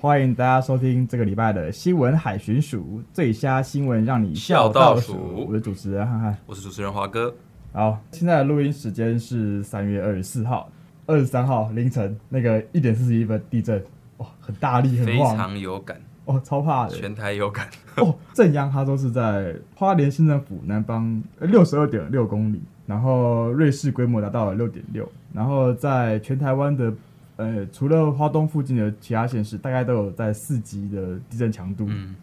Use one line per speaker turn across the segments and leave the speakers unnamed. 欢迎大家收听这个礼拜的新闻海巡署最瞎新闻，让你
笑
到
到
数。
数
我是主持人憨憨。
我是主持人华哥。
好，现在的录音时间是三月二十四号、二十三号凌晨那个一点四十一分地震，哇、很大力，很
非
晃，
常有感，
哦，超怕的。
全台有感，
哦，正央它都是在花莲县政府南方六十二点六公里，然后瑞士规模达到了六点六，然后在全台湾的呃，除了花东附近的其他县市，大概都有在四级的地震强度，
嗯，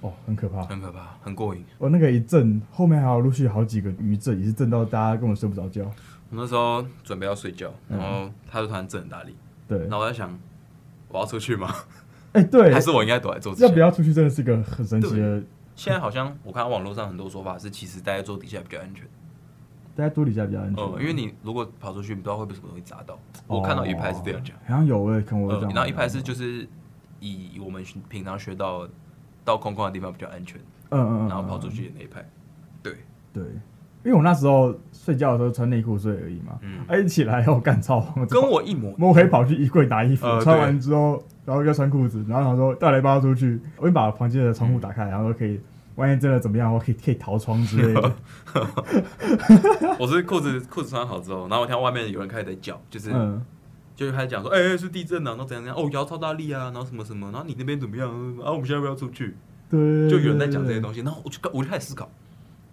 哦，很可怕。
很可怕，很过瘾。
我、哦、那个一震，后面还有陆续好几个余震，也是震到大家根本睡不着觉。
我那时候准备要睡觉，
嗯
然后他就突然震很大力，
对，
那我在想，我要出去吗？
哎、对
还，是我应该躲在桌子
要不
下？
要出去真的是个很神奇的，
现在好像我看到网络上很多说法是，其实待在桌底下比较安全。
大家多理解比较安全。
哦，因为你如果跑出去，你不知道会被什么东西砸到。我看到一派是这样讲，
哦，好像有我也看我有
呃
这样、，
然后一派是就是以我们平常学到到空旷的地方比较安全，
嗯嗯嗯，
然后跑
嗯
出去的那一派。对，
对，因为我那时候睡觉的时候穿内裤睡而已嘛，
嗯
啊，一起来我干超慌，
跟我一模
摸黑跑去衣柜拿衣服，
呃
穿完之后，然后要穿裤子，然后想说带来包出去，我就把房间的
嗯
窗户打开，然后可以，万一真的怎么样，我可以可以逃窗之类的，
我是裤子裤子穿好之后，然后我听到外面有人开始在叫，就是、
嗯，
就是开始讲说，哎、是地震啊，然后怎样怎样，哦摇超大力啊，然后什么什么，然后你那边怎么样啊？我们现在要不要出去？
对，
就有人在讲这些
西，
东西，然后我就我就开始思考，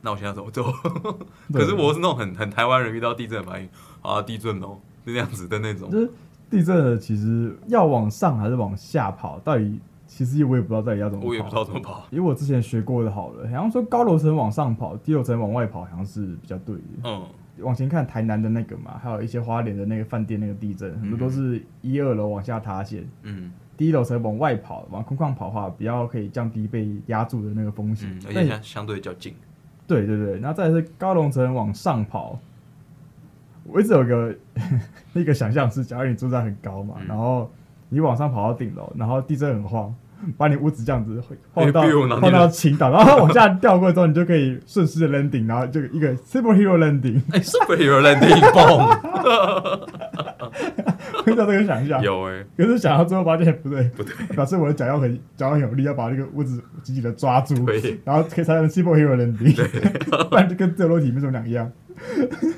那我现在怎么做？
对
可是我是那种很很台湾人遇到地震的反应啊，地震哦，就那样子的那种
就。是地震了，其实要往上还是往下跑，到底其实我也不知道到底要怎么，
我也不知道怎么。跑。
以我之前学过的好了，好像说高楼层往上跑，低楼层往外跑，好像是比较对的。
嗯，
往前看台南的那个嘛，还有一些花莲的那个饭店那个地震，很多都是一二楼往下塌陷，
嗯
第一楼才往外跑，往空旷跑的话，比较可以降低被压住的那个风险
嗯，。而
但
且相相对较近，
对对对，然后再来是高楼层往上跑，我一直有个 那个想象是，假如你住在很高嘛，
嗯
然后你往上跑到顶楼，然后地震很晃。把你屋子这样子晃
哎
到
比如哪里
晃到倾倒，然后往下掉过之后，你就可以顺势的 landing，然后就一个 superhero landing，
哎、是不是有人在地蹦？
回到这个想象。
有哎、
可是想到最后发现不对，不对，表示我的脚要很脚要很有力，要把那个屋子紧紧的抓住，
对
然后可以才能击破 hero 人敌， 不然就跟自由落体没什么两样。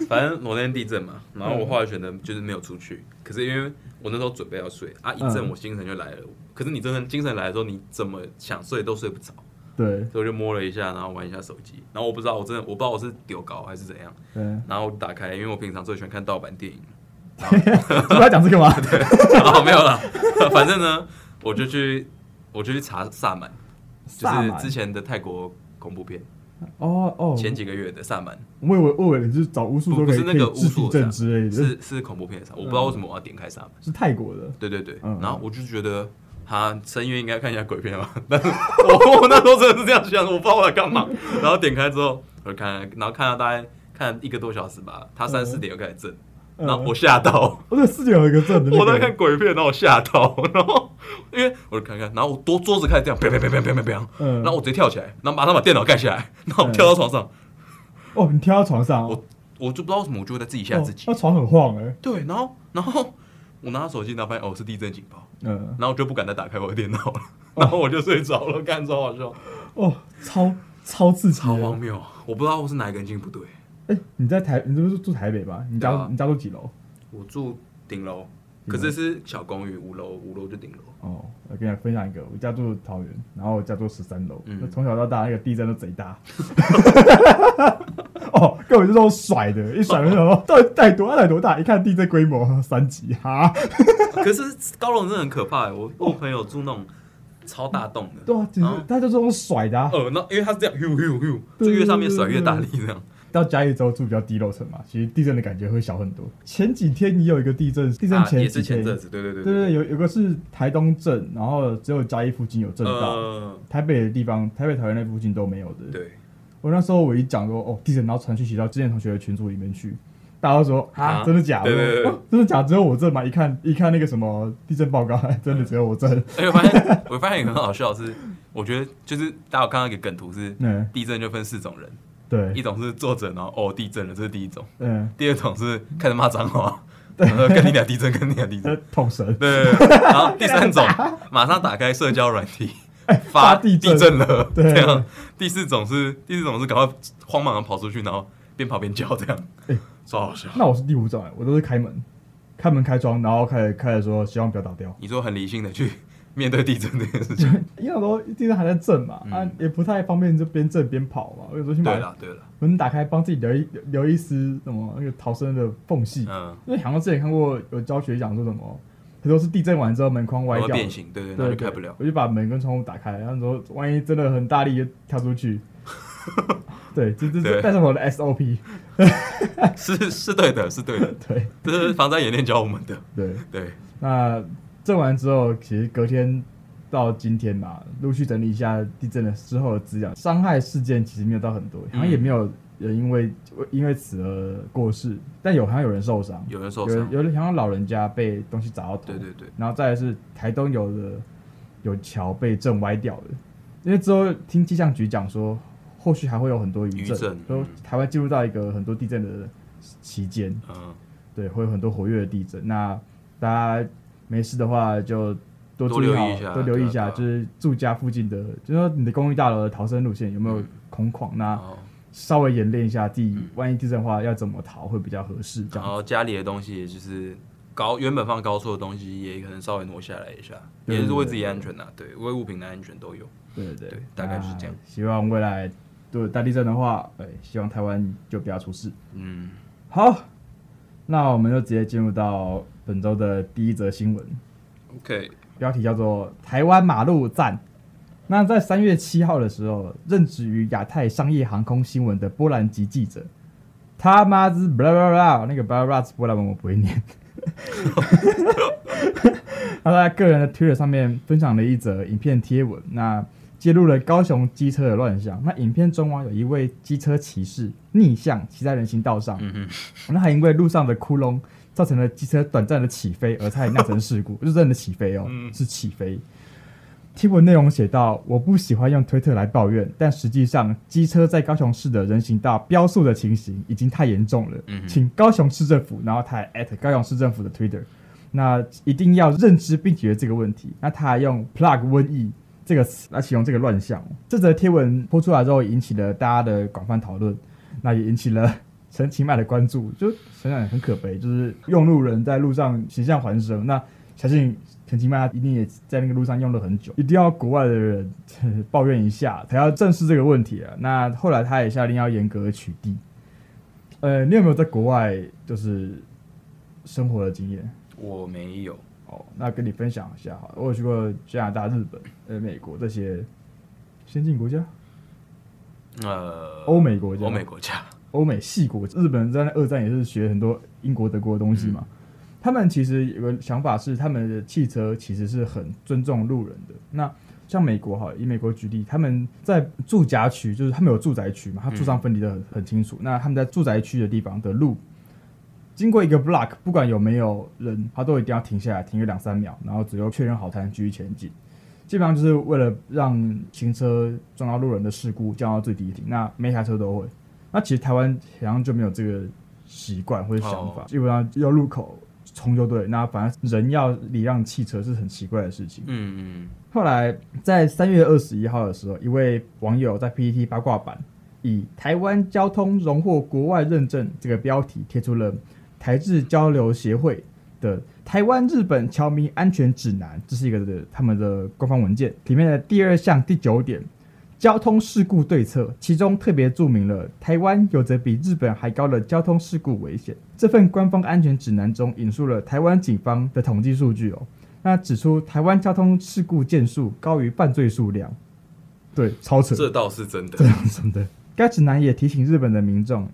反正我那天地震嘛，然后我后来选择就是没有出去。可是因为我那时候准备要睡啊，一震
嗯
我精神就来了。可是你真的精神来的时候，你怎么想睡都睡不着，
对
所以我就摸了一下，然后玩一下手机。然后我不知道我真的我不知道我是丢高还是怎样，
对，
然后我打开，因为我平常最喜欢看盗版电影，
主要讲这个吗？
哦没有啦，反正呢我就去我就去查萨满，就
萨
是
满
之前的泰国恐怖片
哦哦，
前几个月的萨满。
我以为我以为你是找巫术
不
都
不
可以
是
可
那
以
个巫
治地
术的
震
萨
之类的，是
是是恐怖片的萨满，我不知道为什么我要点开萨满。
是泰国的，
对对对，
嗯
然后我就觉得，哈，深夜应该看一下鬼片吧。 但是我 我那时候真的是这样想，我不知道我在干嘛。然后点开之后，我就看，然后看了大概看一个多小时吧，他三四点又开始震，
嗯
然后我吓到，
哦我对四点有一个震的那
我在看
个，
鬼片，然后我吓到， 然后因为我就看看，然后我桌桌子开始这样，砰砰砰砰砰砰砰，
嗯
然后我直接跳起来，然后马上把电脑盖起来，然后我跳到床上，
哦，你跳到床上，
我我就不知道为什么，我就会在自己吓
哦
自己
那。床很晃哎，
对，然后然后我拿到手机，然后发现哦是地震警报。
嗯，
然后我就不敢再打开我的电脑了， 然后我就睡着了，干超好笑，
哦，超超刺激的，
超荒
哦
谬，我不知道我是哪一根筋不对。
哎，你在台，你这不是住台北吧？你
对
家
啊
你家住几楼？
我住顶
顶
楼，
楼
可是是小公寓，五楼，五楼就顶楼。
哦，我跟你分享一个，我家住桃园，然后我家住十三楼，
嗯
那从小到大那个地震都贼大， 哦，根本就是用甩的，一甩就想说到底带多大带多大，一看地震规模三级哈，
可是高楼真的很可怕欸，我我朋友住那种超大栋的，
对啊，其实
嗯
它就是用甩的、啊。
呃，那因为他是这样，呦呦呦，
对
就越上面甩越大力这样。
到嘉义之后住比较低楼层嘛，其实地震的感觉会小很多。前几天也有一个地震，地震
啊，
前
也
几
是
天，
前阵子，对对对
对对对，有有个是台东震，然后只有嘉义附近有震到，
呃，
台北的地方，台北桃园那附近都没有的。
对，
我那时候我一讲说哦地震，然后传讯息到之前同学的群组里面去，大家都说啊
啊
真的假的？
对对对对
哦 真的假的？只有我这嘛？一看一看那个什么地震报告，真的只有我 这。
而哎且我发现我发现一个很好笑的是，我觉得就是大家有看到一个梗图是，
嗯，
地震就分四种人，一
对，
种是坐着然后哦地震了，这是第一种。
嗯，
第二种是开始骂脏话，然后跟你俩地震，跟你俩地
呃
震。
桶神，
对对对，然后第三种，马上打开社交软体，发
哎发地震
震了。
对
这样。第四种是第四种是赶快慌忙的跑出去，然后边跑边叫这样
哎，
超好笑。
那我是第五种哎，我都是开门，开门开窗，然后开始开始说希望不要倒掉，
你说很理性的去面对地震这件事情。
因为我都地震还在震嘛，
嗯
啊也不太方便就边震边跑嘛，我有时候去
对啊
买
了对了，
门打开，帮自己留一留一丝什么那个逃生的缝隙，
嗯，
因为好像之前看过有教学讲说什么，很多是地震完之后门框歪
然后
掉了，
变形，对对，然后就开不了。
我就把门跟窗户打开，然后说万一真的很大力就跳出去。 对，这这
对
这，但是我的 SOP，
是是对的，是对的，
对
这是防灾演练教我们的。
对。
对，
那震完之后，其实隔天到今天嘛，陆续整理一下地震的之后的资料，伤害事件其实没有到很多，
嗯
好像也没有人因为因为此而过世，但有好像有人受伤，
有人受
有
伤
人，有人好像老人家被东西砸到头，
对对对，
然后再来是台东有的有桥被震歪掉了，因为之后听气象局讲说，后续还会有很多余
余
震，
震
说
嗯
台湾进入到一个很多地震的期间，
嗯，
对，会有很多活跃的地震。那大家没事的话就多
多
注意
留意
好
一下，
多留意一
对啊
下，
对啊
就是住家附近的，就是说你的公寓大楼的逃生路线有没有
嗯
空旷，
然
那
后
稍微演练一下地，万一地震的话要怎么逃会比较合适，这
然
样
后家里的东西也就是高原本放高处的东西，也可能稍微挪下来一下，
对
也是为自己的安全呐、对，为物品的安全都有。
对对
对大概是这样。
那希望未来如果大地震的话，哎，希望台湾就不要出事。
嗯，
好，那我们就直接进入到本周的第一则新闻，
嗯 OK，
标题叫做“台湾马路站”。那在三月七号的时候，任职于亚太商业航空新闻的波兰籍记者，他妈之 blah blah blah，那个 blah blah 是波兰文，我不会念。 他在个人的 Twitter 上面分享了一则影片贴文，那揭露了高雄机车的乱象。那影片中啊，有一位机车骑士逆向骑在人行道上，
嗯
那还因为路上的窟窿造成了机车短暂的起飞，而差点酿成事故， 是真的起飞哦，
嗯
是起飞。贴文内容写到：“我不喜欢用推特来抱怨，但实际上机车在高雄市的人行道飙速的情形已经太严重了，
嗯哼
请高雄市政府，然后他还 at 高雄市政府的 Twitter，那一定要认知并解决这个问题。那他还用 plug 瘟疫这个词来形容这个乱象。哦这则贴文播出来之后，引起了大家的广泛讨论，那也引起了陈其迈的关注。就想想也很可悲，就是用路人在路上形象还声。那相信陈其迈他一定也在那个路上用了很久，一定要国外的人呃呵呵抱怨一下，才要正视这个问题啊。那后来他也下令要严格取缔。呃，你有没有在国外就是生活的经验？
哼，我没有。
哦，那跟你分享一下好了，我有去过加拿大、日本、呃美国这些先进国家、
呃，
欧美国家、
欧美国家，
欧美系国，日本在二战也是学很多英国、德国的东西嘛。他们其实有个想法是，他们的汽车其实是很尊重路人的。那像美国哈，以美国举例，他们在住家区，就是他们有住宅区嘛，它住上分离的很很清楚。那他们在住宅区的地方的路，经过一个 block，不管有没有人，他都一定要停下来，停个两三秒，然后左右确认好才能继续前进。基本上就是为了让行车撞到路人的事故降到最低。那每一台车都会。那其实台湾好像就没有这个习惯或者想法，
哦
基本上要路口冲就对。那反正人要礼让汽车是很奇怪的事情。
嗯嗯，
后来在三月二十一号的时候，一位网友在 PPT 八卦版以“台湾交通荣获国外认证”这个标题贴出了台日交流协会的《台湾日本侨民安全指南》，这是一个的他们的官方文件里面的第二项第九点。交通事故对策，其中特别注明了台湾有着比日本还高的交通事故危险。这份官方安全指南中引述了台湾警方的统计数据哦，那指出台湾交通事故件数高于犯罪数量，对，超扯，
这倒是真的
这。样真的。该指南也提醒日本的民众，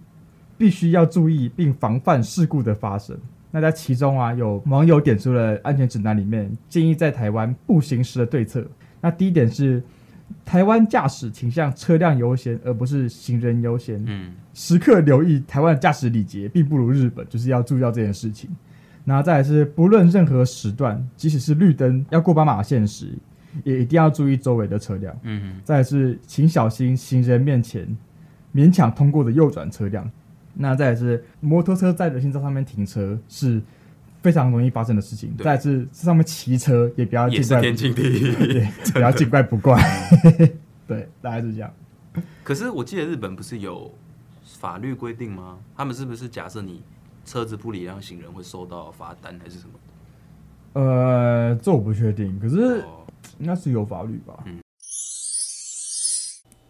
必须要注意并防范事故的发生。那在其中啊，有网友点出了安全指南里面建议在台湾步行时的对策。那第一点是，台湾驾驶倾向车辆优先，而不是行人优先。
嗯，
时刻留意台湾的驾驶礼节，并不如日本，就是要注意到这件事情。然后再来是，不论任何时段，即使是绿灯要过斑马线时，也一定要注意周围的车辆。
嗯
再来是，请小心行人面前勉强通过的右转车辆。那再来是，摩托车在人行道上面停车是非常容易发生的事情。
对
再来是这上面骑车也不要
也
见
是
怪，
天经地义
也。不要见怪不怪。 对，大概是这样。
可是我记得日本不是有法律规定吗？他们是不是假设你车子不礼让行人会收到罚单还是什么？
呃，这我不确定，可是
哦
应该是有法律吧？
嗯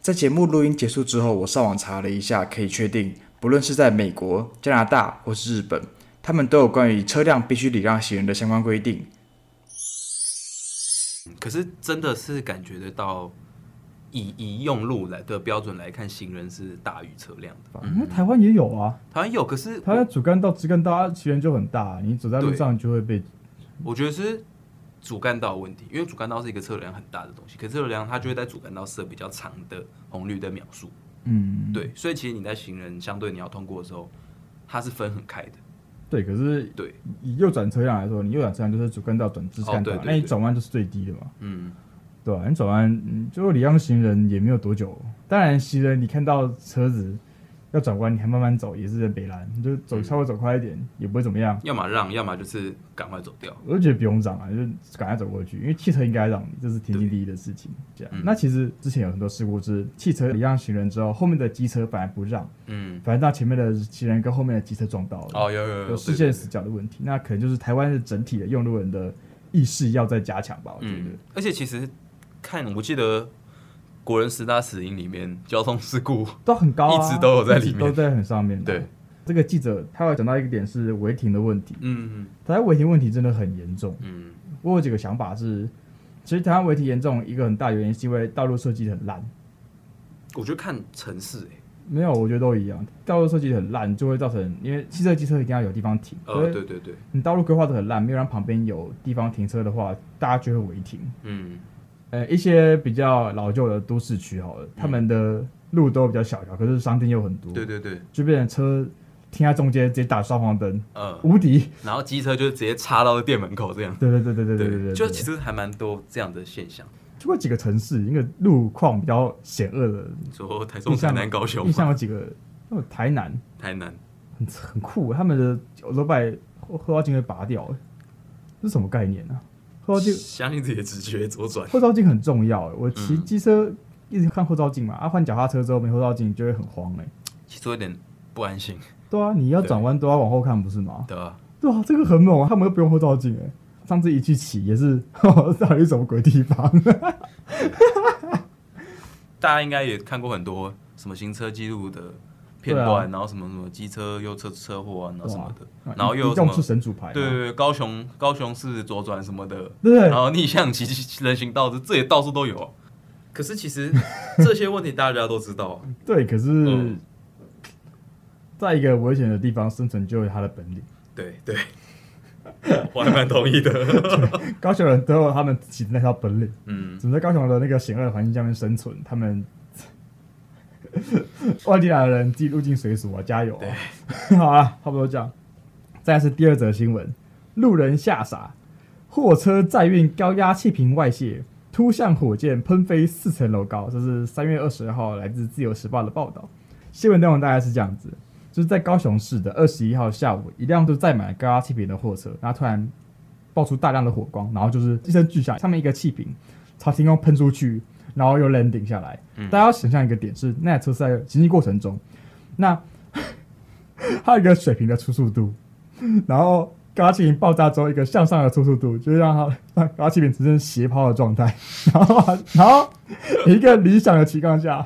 在节目录音结束之后，我上网查了一下，可以确定，不论是在美国、加拿大或是日本，他们都有关于车辆必须礼让行人的相关规定。
可是真的是感觉得到以，以用路来的标准来看，行人是大于车辆的。
因为嗯台湾也有啊，
台湾有，可是
台湾
我
主干道、直干道，行人就很大，啊你走在路
对
上就会被
我觉得是主干道的问题，因为主干道是一个车流量很大的东西，可是车流量它就会在主干道设比较长的红绿灯秒数。
嗯，
对，所以其实你在行人相对你要通过的时候，它是分很开的。
对，可是
对，
以右转车辆来说，你右转车辆就是主干道转直干
哦
道
对，
那
对
你
对
转弯就是最低的嘛，
嗯，
对吧、你转弯，嗯就礼让行人也没有多久。当然，行人你看到车子要转弯，你还慢慢走，也是在北兰，你就走
嗯
稍微走快一点，也不会怎么样。
要么让，要么就是赶快走掉。
我就觉得不用让啊，就赶快走过去，因为汽车应该让你，这是天经地义的事情。这样，
嗯
那其实之前有很多事故是汽车礼让行人之后，后面的机车反而不让，
嗯，
反而让前面的行人跟后面的机车撞到了。
哦，有有有
有
有
视
对
线
对
死角的问题，那可能就是台湾的整体的用路人的意识要再加强吧，我觉得。
嗯，而且其实看，我记得《国人十大死因》里面交通事故，
都很高、啊，
一直都有在里
一
面
直都在很上面、啊
对，
这个记者他有讲到一个点是违停的问题，
嗯
台湾违停问题真的很严重。
嗯
我有几个想法是，其实台湾违停严重一个很大原因是因为道路设计得很烂，
我觉得看城市、欸，
没有，我觉得都一样，道路设计得很烂就会造成，因为汽车机车一定要有地方停，所
呃，
以
对对对，
你道路规划得很烂，没有让旁边有地方停车的话，大家就会违停。
嗯，
呃，一些比较老旧的都市区好了，他们的路都比较小条，可是商店又很多，
对对对，
就变成车停在中间，直接打双黄灯，
呃，
无敌。
然后机车就直接插到店门口这样，
对对对对对对对对，
就其实还蛮多这样的现象，
就过几个城市，因为路况比较险恶的，
你说台中、
印象
台南、高雄
印、象有几个，那种台南
台南，
很很酷，他们的罗百后照镜会拔掉，欸这是什么概念呢、啊？后照镜
相信自己的直觉左转，
后照镜很重要，欸我骑
嗯
机车一直看后照镜嘛，啊，换脚踏车之后没后照镜就会很慌哎、欸
其实有点不安心，
对啊，你要
对
转弯都要往后看，不是吗？
对吧、
对啊，这个很猛啊，他们又不用后照镜哎。上次一去骑也是， 到底是什么鬼地方？
大家应该也看过很多什么行车记录的片
对
段，
啊
然后什么什么机车又车车祸啊，然后什么的，
啊
然后又
一
有什
动是
么。
神主牌嘛，啊
对对对，高雄高雄市左转什么的，
对
然后逆向骑骑人行道，这这也到处都有啊。可是其实这些问题大家都知道啊，
对可是
嗯，
在一个危险的地方生存就有他的本领。
对对， 我还蛮同意的。
高雄人都有他们自己的那套本领，
嗯，
只能在高雄的那个险恶的环境下面生存。他们 外地来的人自己入境随俗啊，加油、啊！ 好啊，差不多这样。再来是第二则新闻：路人吓傻，货车载运高压气瓶外泄，突向火箭喷飞四层楼高。这是三月二十号来自《自由时报》的报道。新闻内容大概是这样子：就是在高雄市的二十一号下午，一辆就载满了高压气瓶的货车，然后突然爆出大量的火光，然后就是一声巨响，上面一个气瓶朝天空喷出去，然后又 landing 下来。大家要想象一个点是，那台车是在行进过程中，那它有一个水平的初速度，然后高压气瓶爆炸之后一个向上的初速度，就是让它让高压气瓶只剩斜抛的状态， 然后它然后一个理想的情况下，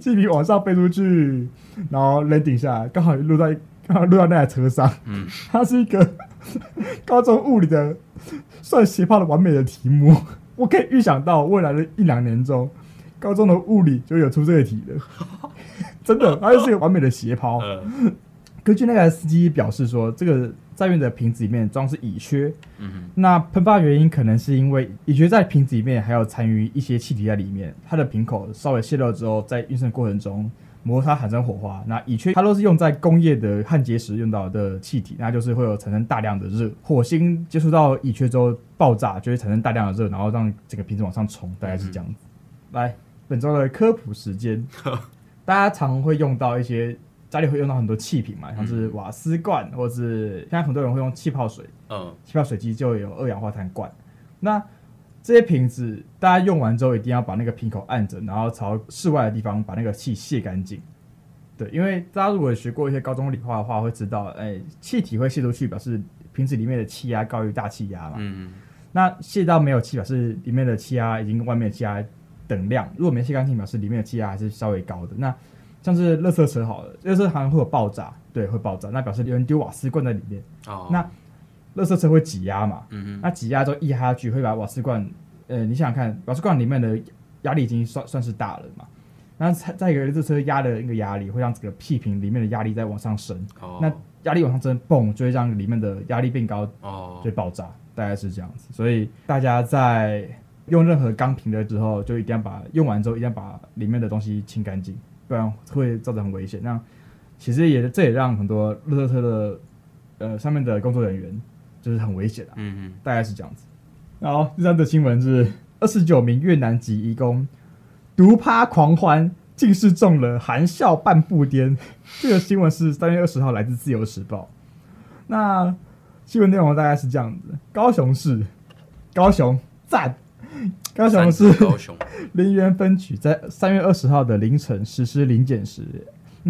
气瓶往上飞出去，然后 landing 下来，刚好落在刚好落到那台车上。
嗯，
它是一个高中物理的算斜炮的完美的题目。我可以预想到未来的一两年中，高中的物理就有出这个题的，真的，它就是一个完美的斜抛。
呃，
根据那个司机表示说，这个载运的瓶子里面装是乙炔，
嗯
那喷发原因可能是因为乙炔在瓶子里面还有残余一些气体在里面，它的瓶口稍微泄漏之后，在运送过程中摩擦产生火花。那乙炔它都是用在工业的焊接时用到的气体，那就是会有产生大量的热。火星接触到乙炔之后爆炸，就会产生大量的热，然后让整个瓶子往上冲，大概是这样子。来，本周的科普时间，大家常会用到一些家里会用到很多气瓶嘛，像是瓦斯罐，或是现在很多人会用气泡水，
嗯，
气泡水机就有二氧化碳罐。那这些瓶子大家用完之后，一定要把那个瓶口按着，然后朝室外的地方把那个气泄干净。对，因为大家如果有学过一些高中理化的话，会知道，哎、气体会泄出去，表示瓶子里面的气压高于大气压嘛。
嗯，
那泄到没有气，表示里面的气压已经跟外面的气压等量；如果没泄干净，表示里面的气压还是稍微高的。那像是垃圾车好了，垃圾好像会有爆炸，对，会爆炸，那表示有人丢瓦斯罐在里面，
哦，
那垃圾车会挤压嘛，
嗯
那挤压之后一哈去会把瓦斯罐，呃，你想想看，瓦斯罐里面的压力已经算算是大了嘛，那再再一个，这车压的那个压力会让整个气瓶里面的压力再往上升，
哼，哦，
那压力往上升，嘣，就会让里面的压力变高，
哦
就，爆炸，大概是这样子。所以大家在用任何钢瓶的时候，就一定要把用完之后一定要把里面的东西清干净，不然会造成很危险。那其实也这也让很多垃圾车的呃上面的工作人员就是很危险啊，
嗯
大概是这样子。然后第三则新闻是二十九名越南籍义工独趴狂欢，竟是中了含笑半步癫。 这个新闻是三月二十号来自《自由时报》。那新闻内容大概是这样子：高雄市，高雄赞，高
哼，
雄市
三只高雄，
林园分局在三月二十号的凌晨实施临检时，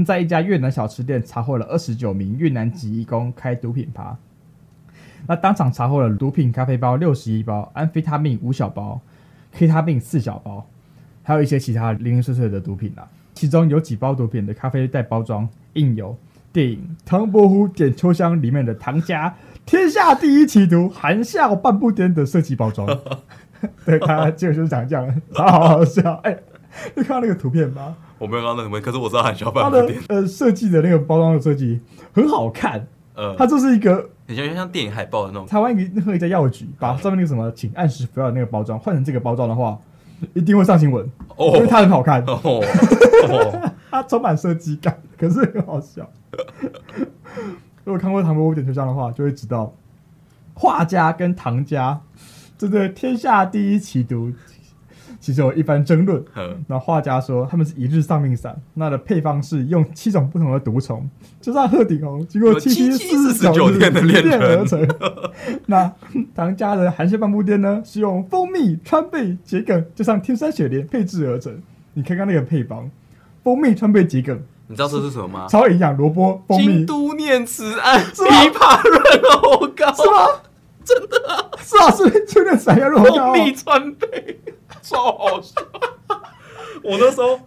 在一家越南小吃店查获了二十九名越南籍义工开毒品趴。那当场查获了毒品咖啡包六十一包，安非他命五小包，K 他命四小包，还有一些其他零零碎碎的毒品啊。其中有几包毒品的咖啡袋包装印有电影《唐伯虎点秋香》里面的唐家“天下第一奇毒，含笑半步癫”的设计包装。 对他就是长这样，超好笑。哎、你看到那个图片吗？
我没有刚刚那什么，可是我知道含小
它
半步
的
癫，
呃设计的那个包装的设计很好看，
呃，
它就是一个
很像像电影海报的 那种，
台湾一个任何一家药局把上面那个什么“请按时服药”的那个包装换成这个包装的话，一定会上新闻，
哦
因为它很好看，
哦，哦
它充满设计感，可是很好笑。如果看过《唐伯虎点秋香》的话，就会知道画家跟唐家这对天下第一奇毒，其实有一番争论。
呃
那画家说，他们是一日丧命散，那的配方是用七种不同的毒虫，就像鹤顶红经过
有
七
七七
四
49天的炼
炼而
成
成。 那唐家的含榭半步癫呢，是用蜂蜜、川贝、桔梗，加上天山雪莲配制而成。你看看那个配方，蜂蜜、川贝、桔梗，
你知道这是什么吗？
超营养，萝卜、蜂蜜
京，都念慈庵
是吗
枇杷润喉膏，
是 吗？真的、啊，是啊，是就那闪耀肉
蜂
膏
蜜川贝， 超好笑。我那时候，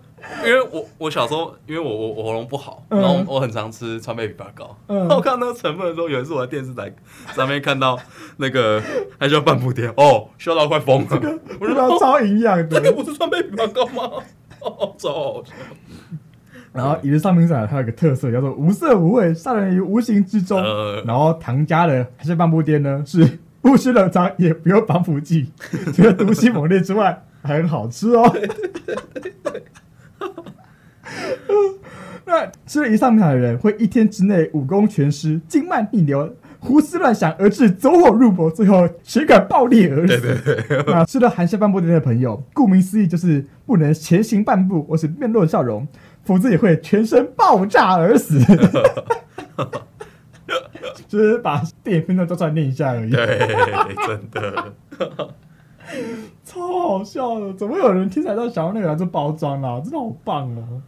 因为我我小时候，因为我我我喉咙不好，
嗯
然后我很常吃川贝枇杷膏。
嗯
然后我看到那个成分的时候，有一次我在电视台上面看到那个还需要半步癫，哦，笑到快疯了。我就
知
说
道
哦
超营 养
这
的。
个不是川贝枇杷膏吗？哦，超 好笑。
然后一日丧命散它有个特色叫做无色无味，杀人于无形之中。
呃，
然后唐家的还是半步癫呢，是不吃冷藏也不用防腐剂， 除了毒性猛烈之外，还很好吃哦。 那吃了一上场的人，会一天之内武功全失、经脉逆流、胡思乱想，而致走火入魔，最后血管爆裂而死。 那吃了含榭半步癫的朋友，顾名思义就是不能前行半步，或是面露笑容，否则也会全身爆炸而死。 就是把电影片段抓出来念一下而已，
对，真的。
超好笑的。怎么有人听起来都想要那个来做包装啦、真的好棒哦！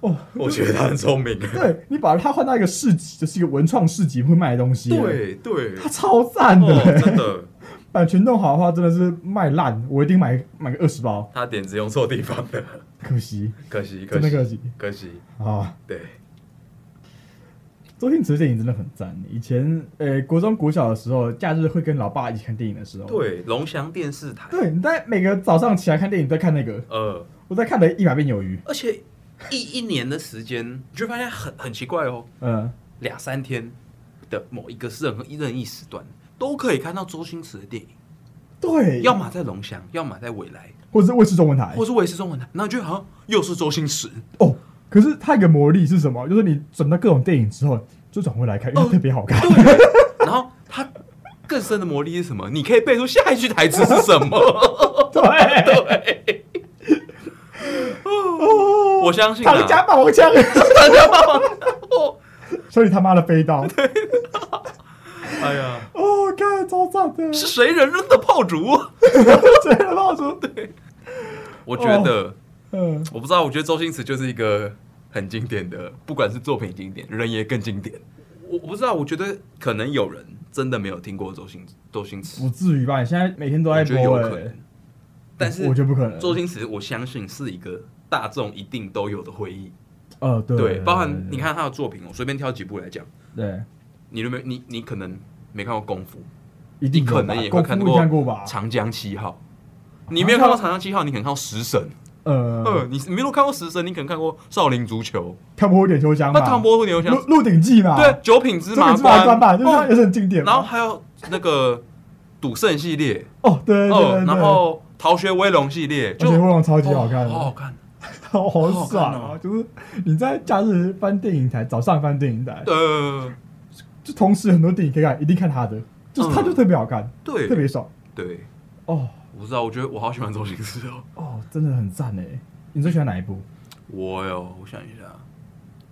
哦，
我觉得他很聪明。
对你把它换到一个市集，就是一个文创市集会卖的东西，，啊
对对，
它超赞的、
哦，真的，
版权弄好的话，真的是卖烂，我一定买买个二十包，
他点子用错地方了，
可惜，
可惜，可
真的
惜，
可惜
可惜。
啊！
对，
周星驰的电影真的很赞。以前呃，国中国小的时候，假日会跟老爸一起看电影的时候，，
对，龙翔电视台，
对，你在每个早上起来看电影，在看那个，
呃，
我在看了一百遍有余，
而且一一年的时间，你就会发现很很奇怪哦，
嗯、
两三天的某一个任何任意时段，都可以看到周星驰的电影，
对，
要么在龙翔，要么在未来，
或者是卫视中文台，
或是卫视中文台，然后你就好像又是周 星驰，
哦，可是它有个魔力是什么？就是你转到各种电影之后，就转回来看，因为
哦
特别 好看。
然后他更深的魔力是什么？你可以背出下一句台词是 什么？
对，
我相信啊
唐家宝枪，
大家帮我。
所以他妈的飞刀，
哎呀，
哦，看超赞的，
是谁人扔的炮竹？
谁的爆竹？
我觉得，
嗯，
我不知道，我觉得周星驰就是一个很经典的，不管是作品经典，人也更经典。我我不知道，我觉得可能有人真的没有听过周星周星驰，
不至于吧？你现在每天都
我
在
觉得有
播、
可
欸
能，。但是
我觉得不可能。
周星驰，我相信是一个大众一定都有的回忆，
呃，对，
对，包含你，看他的作品，我随便挑几部来讲，
对，
你有没有？你你可能没看过《功夫
一定
你
有吧
可能也会
功夫
看
你
过
看过吧》？
《长江七号》，你没有看过《长江七号》，你可能看过《食神》，
呃
嗯，，你没有看过《食神》，你可能看过《少林足球
跳坡点秋香》，
那
嘛，
《唐伯虎点秋香
鹿》，鹿鼎记》嘛，
对，《九品芝
啊这个
麻
芝麻官吧，
官
就是》它也
哦，
是很经典嘛。
然后还有那个赌圣系列，
哦，对对对
哦
对，，
然后逃学威龙系列，
而
就
且卧龙超级好看
哦好好
的，
看，
好好爽
好好看哦
啊！就是你在假日翻电影台，早上翻电影台，
呃，
就同时很多电影可以看，一定看他的，就是他
嗯
就特别好看，
对
特别爽
对，
哦
我不知道，我觉得我好喜欢周星驰哦。
哦，真的很赞哎！你最喜欢哪一部？
我哟，我想一下，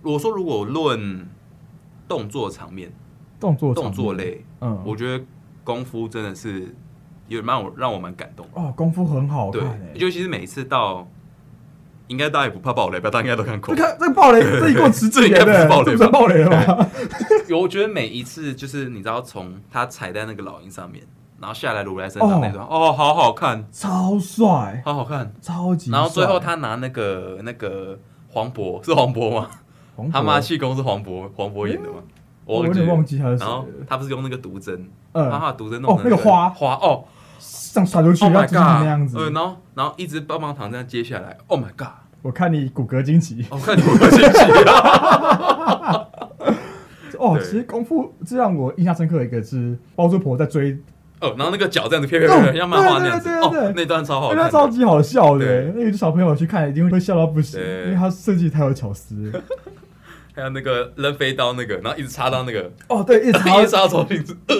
我说如果论动作场面、
动作场
动
面
作，类，
嗯，
我觉得功夫真的是也蛮我让我蛮感动的。
哦，功夫很好
对
看哎，，
尤其是每一次到，应该大家也不怕暴雷吧？大家应该都看过
这。看这个暴雷，这一共十几年
这应该不
的，
是暴雷吧
欸这不算暴雷了吧？
有，我觉得每一次就是你知道，从他踩在那个老鹰上面，然后下来如来神掌那段，哦好好看，
超帅，
好好看。
超级帅。
然后最后他拿那个那个黄渤是黄渤吗？
黄渤
他妈气功是黄渤黄渤演的吗？
我
忘
有
记
点
了
忘记他是谁
然后
了，
他不是用那个毒针，
嗯
然后他毒针弄
哦那
成
个花
花哦
这样甩出去，
，Oh
然后
my
就是那样
god！
子。
呃，然后然后一直棒棒糖这样接下来，Oh my god！
我看你骨骼惊奇
哦， 看你我惊喜啊！
哦，
对
其实功夫最让我印象深刻的一个是包租婆在追，
哦，然后那个脚这样子飘飘飘，
哦
像漫画那样子，
对对对对
哦，那段超好
哎那个
看的，
超级好笑的欸
对，
那个小朋友去看一定会笑到不行，
对
因为他设计太有巧思。
还有那个扔飞刀那个，然后一直插到那个，
哦，对，一直
一直 插到头顶， 呃，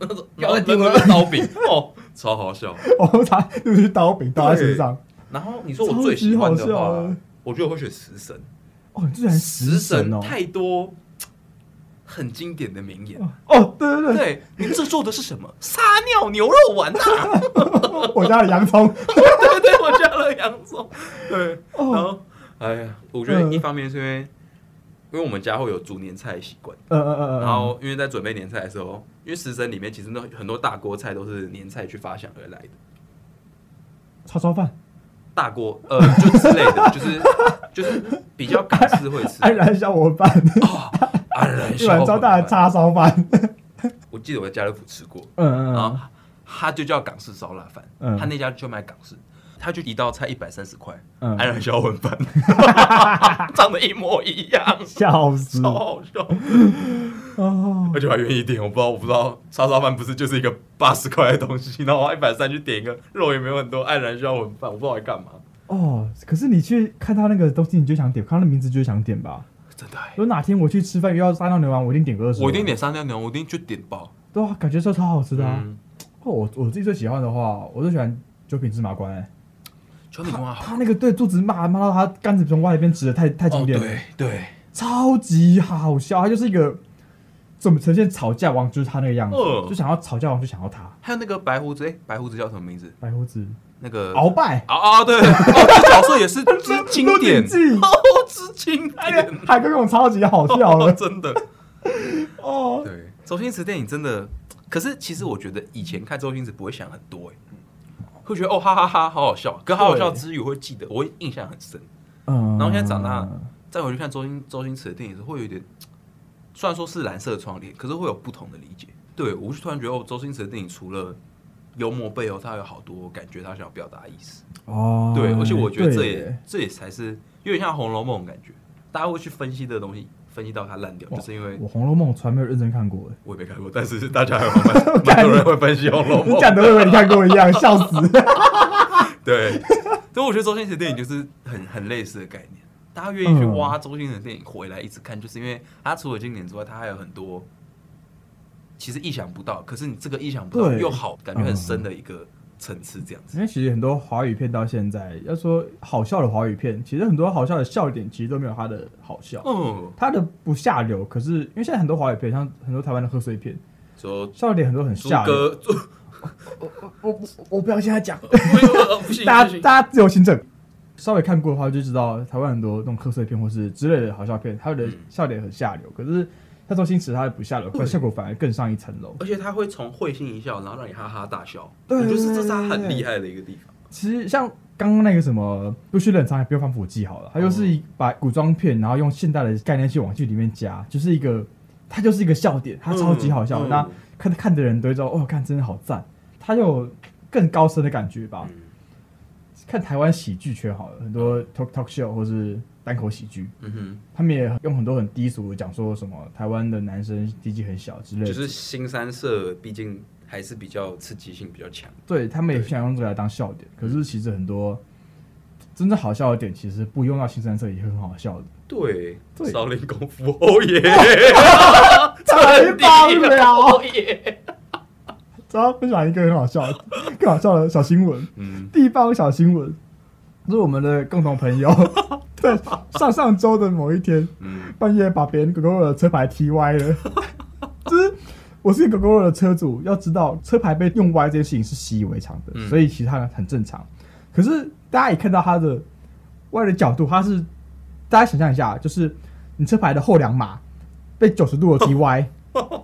呃然后扔那个刀柄，哦，超好笑。
哦，他就是刀柄刀在身上。
然后你说我最喜欢的
超级好笑
话
啊，
我觉得我会选食神。
哦，你居然
食神
哦！
太多很经典的名言。
哦，对对对，
对你这做的是什 么？撒尿牛肉丸啊！
哦我家的洋葱。
对对，我加了洋葱。对，然
哦
后哎呀，我觉得一方面是因为，因为我们家会有煮年菜的习惯，
呃呃呃呃，
然后因为在准备年菜的时候，因为食神里面其实那很多大锅菜都是年菜去发想而来的，
叉烧饭，
大锅 呃就之类的，就是就是比较港式会吃的。
安然小伙伴，
哦安然
一碗
小
招
伙
大的
伴，
叉烧饭。
我记得我在家乐福吃过，
嗯嗯
然
嗯，
后他就叫港式烧腊饭，
嗯
他那家就卖港式，他就一道菜一百三十块，
嗯
安然小混 饭，长得一模一样，
笑死
超好笑，
哦！
而且我还愿意点，我不知道我不知道叉烧饭不是就是一个八十块的东西，然后我一百三去点一个肉也没有很多，安然小混饭，我不知道在干嘛，
哦，可是你去看他那个东西，你就想点，看他的名字就想点吧。
真的欸、
如果哪天我去吃饭遇到三料牛丸，我一定点个二十。
我一定，点三料牛，我一定就点爆，
对啊，感觉这超好吃的啊。
嗯，
哦，我我自己最喜欢的话，我最喜欢九品芝麻官哎，
全品哇，
他那个对肚子骂骂到他杆子从外边直的，太太经
哦
典了，
对对，
超级好笑。他就是一个怎么呈现吵架王，就是他那个样子，
嗯
就想要吵架王就想要他
还有那个白胡子，哎、白胡子叫什么名字？
白胡子
那个
鳌 拜。
啊啊！对，哦，这角色 也是之经
鹿鼎
典，
记
哦，之经
那个
典，
海龟用超级哎好笑啊
哦
的
真的。
哦，
对，周星驰电影真的，可是其实我觉得以前看周星驰不会想很多，哎，会觉得哦哈哈哈，好好笑。可好好笑之余会记得，我会印象很深。
嗯，
然后现在长大，再回去看周星周星驰的电影时，会有一点，虽然说是蓝色的窗帘，可是会有不同的理解。对我就突然觉得，哦，周星驰的电影除了幽默背后，他有好多感觉他想要表达的意思。
哦，
对，而且我觉得这
对
也这也才是有点像《红楼梦》的感觉，大家会去分析这个东西，分析到它烂掉，
哇
就是因为
我《红楼梦》从来没有认真看 过哎。
我也没看过，但是大家还有蛮蛮多人会分析《红楼
你
梦
讲》。的我以为你看过一样， 笑死！
对，所以我觉得周星驰的电影就是很很类似的概念，大家愿意去
嗯
挖周星驰的电影回来一直看，就是因为他除了经典之外，他还有很多其实意想不到，可是你这个意想不到
对
又好，感觉很深的一个层次这样子。
因为其实很多华语片到现在，要说好笑的华语片，其实很多好笑的笑点其实都没有它的好笑，
哦，
它的不下流。可是因为现在很多华语片，像很多台湾的贺岁片，
说
笑点很多很
猪
下流。
哥，猪
我不我不要现在 讲，
不行呃不行，
大
不
家
行
大家自由行政。稍微看过的话就知道，台湾很多那种贺岁片或是之类的好笑片，它的
嗯
笑点很下流。可是他周星驰他的不下流，但效果反而更上一层楼。
而且他会从会心一笑，然后让你哈哈大笑。
对
我觉得是这是他很厉害的一个地方。
其实像刚刚那个什么不需冷藏，也不用防腐剂好了，它就是一把古装片，然后用现代的概念去往剧里面加，就是一个它就是一个笑点，它超级好笑。
嗯
那看看的人都会知道，哦，看真的好赞，它有更高深的感觉吧。
嗯
看台湾喜剧圈好了，很多 talk talk show 或是单口喜剧，
嗯
他们也用很多很低俗的讲说什么台湾的男生鸡鸡很小之类
哼，
的，
就是新三社，毕竟还是比较刺激性比较强。
对他们也
对
想用这个来当笑点。可是其实很多真正好笑的点，其实不用到新三色也很好 笑的。
对，
对
少林功夫，哦 耶，
太棒了！
哦耶，
主要分享一个很好笑的、更好笑的小新闻，
嗯，
地方小新闻，是我们的共同朋 友在上上周的某一天
嗯
半夜把别人狗狗的车牌踢歪 了，就是。我是一个狗狗的车主，要知道车牌被用歪这件事情是习以为常的，
嗯
所以其实它很正常。可是大家一看到它的歪的角度，它是大家想象一下，就是你车牌的后两码被九十度的踢 歪，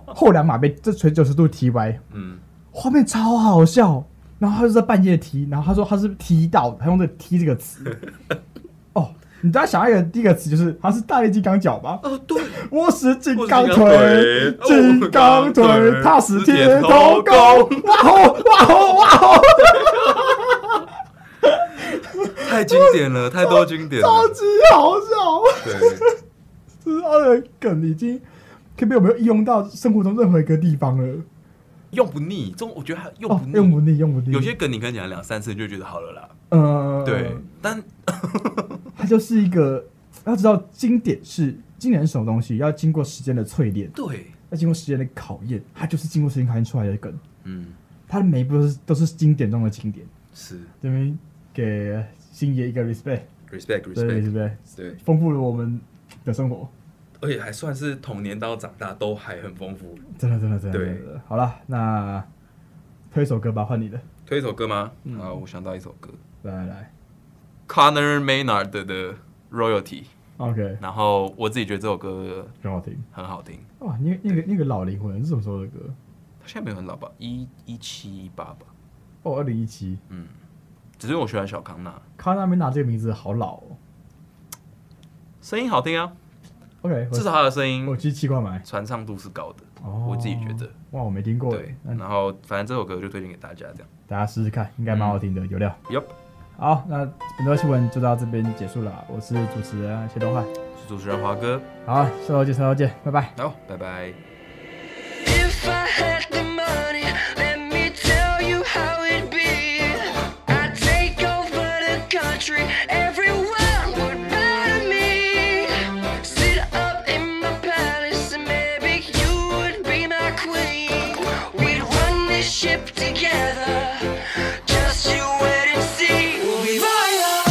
后两码被这垂九十度踢歪，
嗯，
画面超好笑。然后他就在半夜踢，然后他说他是踢到的，他用这个“踢”这个词。哦，你大家想一个第一个词就是他是大力金刚脚吧？
哦对，
我是金刚
我
腿
是，金
金
刚
刚
腿
腿，踏实铁头功
头。
哇吼哇吼哇吼，
太经典了，太多经典
超
了，
级好笑！
对，
这他的梗已经可以被我们应用到生活中任何一个地方了。
用不腻，中我觉得它用
哦
不，腻，
用不腻，用不腻。
有些梗你可以讲两三次就觉得好了啦，
呃，
对，但
它就是一个要知道经典是经典是什么东西，要经过时间的淬炼，
对，
要经过时间的考验，它就是经过时间考验出来的梗，
嗯，
它的每一步都是都是经典中的经典。
是
这边给星爷一个 respect，
respect
对
respect，
respect，
对，
丰富了我们的生活，
而且还算是童年到长大都还很丰富。
真的真的真的。
对
真的好了，那推一首歌吧，换你的，
推一首歌吗？
嗯
啊，我想到一首歌
来来来
，Connor Maynard 的的 Royalty，
，OK，
然后我自己觉得这首歌
很好听。
很好听。
哇，那个那个那个老灵魂是什么时候的歌？
它现在没有很老吧，一一七一八吧，
哦，二零一七，
只是我喜欢小康纳，
卡纳梅娜这个名字好老哦。
声音好听啊，
OK，我
至少他的声音
我去七块买。
传唱度是高的，
哦
我自己觉得。
哇，我没听过。哎
对，
那
然后反正这首歌就推荐给大家，这样。
大家试试看，应该蛮好听的，有料。
Yup，
好，那本周新闻就到这边结束了，我是主持人谢东汉。
是主持人华哥，
好，下周见，下周见，拜拜。
好，拜拜。
If I had the money, let me tell you how it'd be. I'd take over the country, everyone would bow to me. Sit up in my palace, and maybe you would be my queen. We'd run this ship together. Just you wait and see. We'll be royal.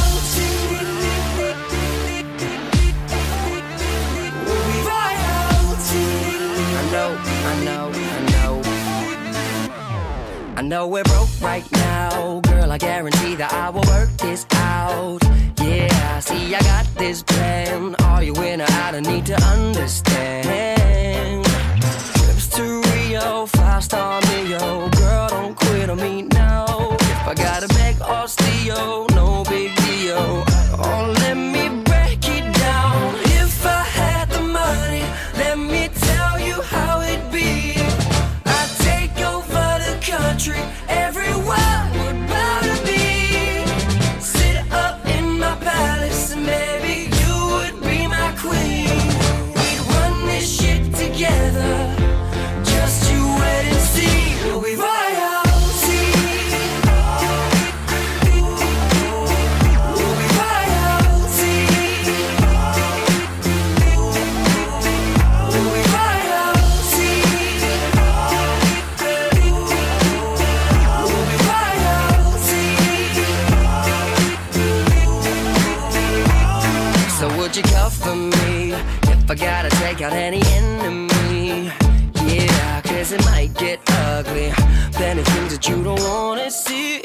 We'll be royalty.
I know, I know, I know. I know we're broke right now, girl. I guarantee that I will work this out. Yeah, see, I got this plan. Are you in or out? I need to understand. Trips to Rio, five star meal. Girl, don't quit on me now. If I gotta beg or steal, no big deal. Oh, let me break it down. If I had the money, let me tell you how it'd be. I'd take over the country, everyone would bow to me. Sit up in my palace, and maybe you would be my queen. We'd run this shit together. Just you wait and see. We'll be royalty. if I gotta take out any enemy. Yeah, cause it might get ugly. Plenty things that you don't wanna see.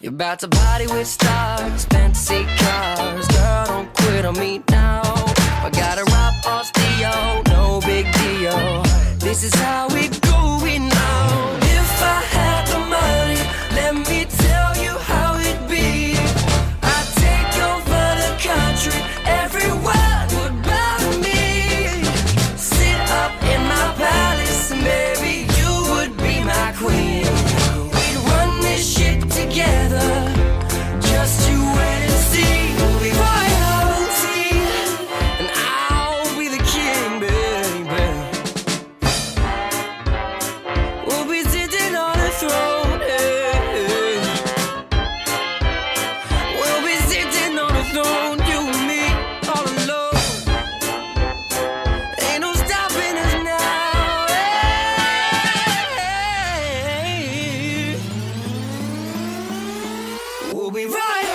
You're about to party with stars, fancy cars. Girl, don't quit on me now. I gotta rob osteo, no big deal. This is how we going now. If I had the money, let me tell you how it'd be. I'd take over the country, everyone would bother me. Sit up in my palace, and maybe you would be my queen. We'd run this shit together. Just you wait and see. We'll be royalty, and I'll be the king, baby. We'll be sitting on a throne. eh. We'll be sitting on a throne, you and me, all alone. Ain't no stopping us now. eh. We'll be right.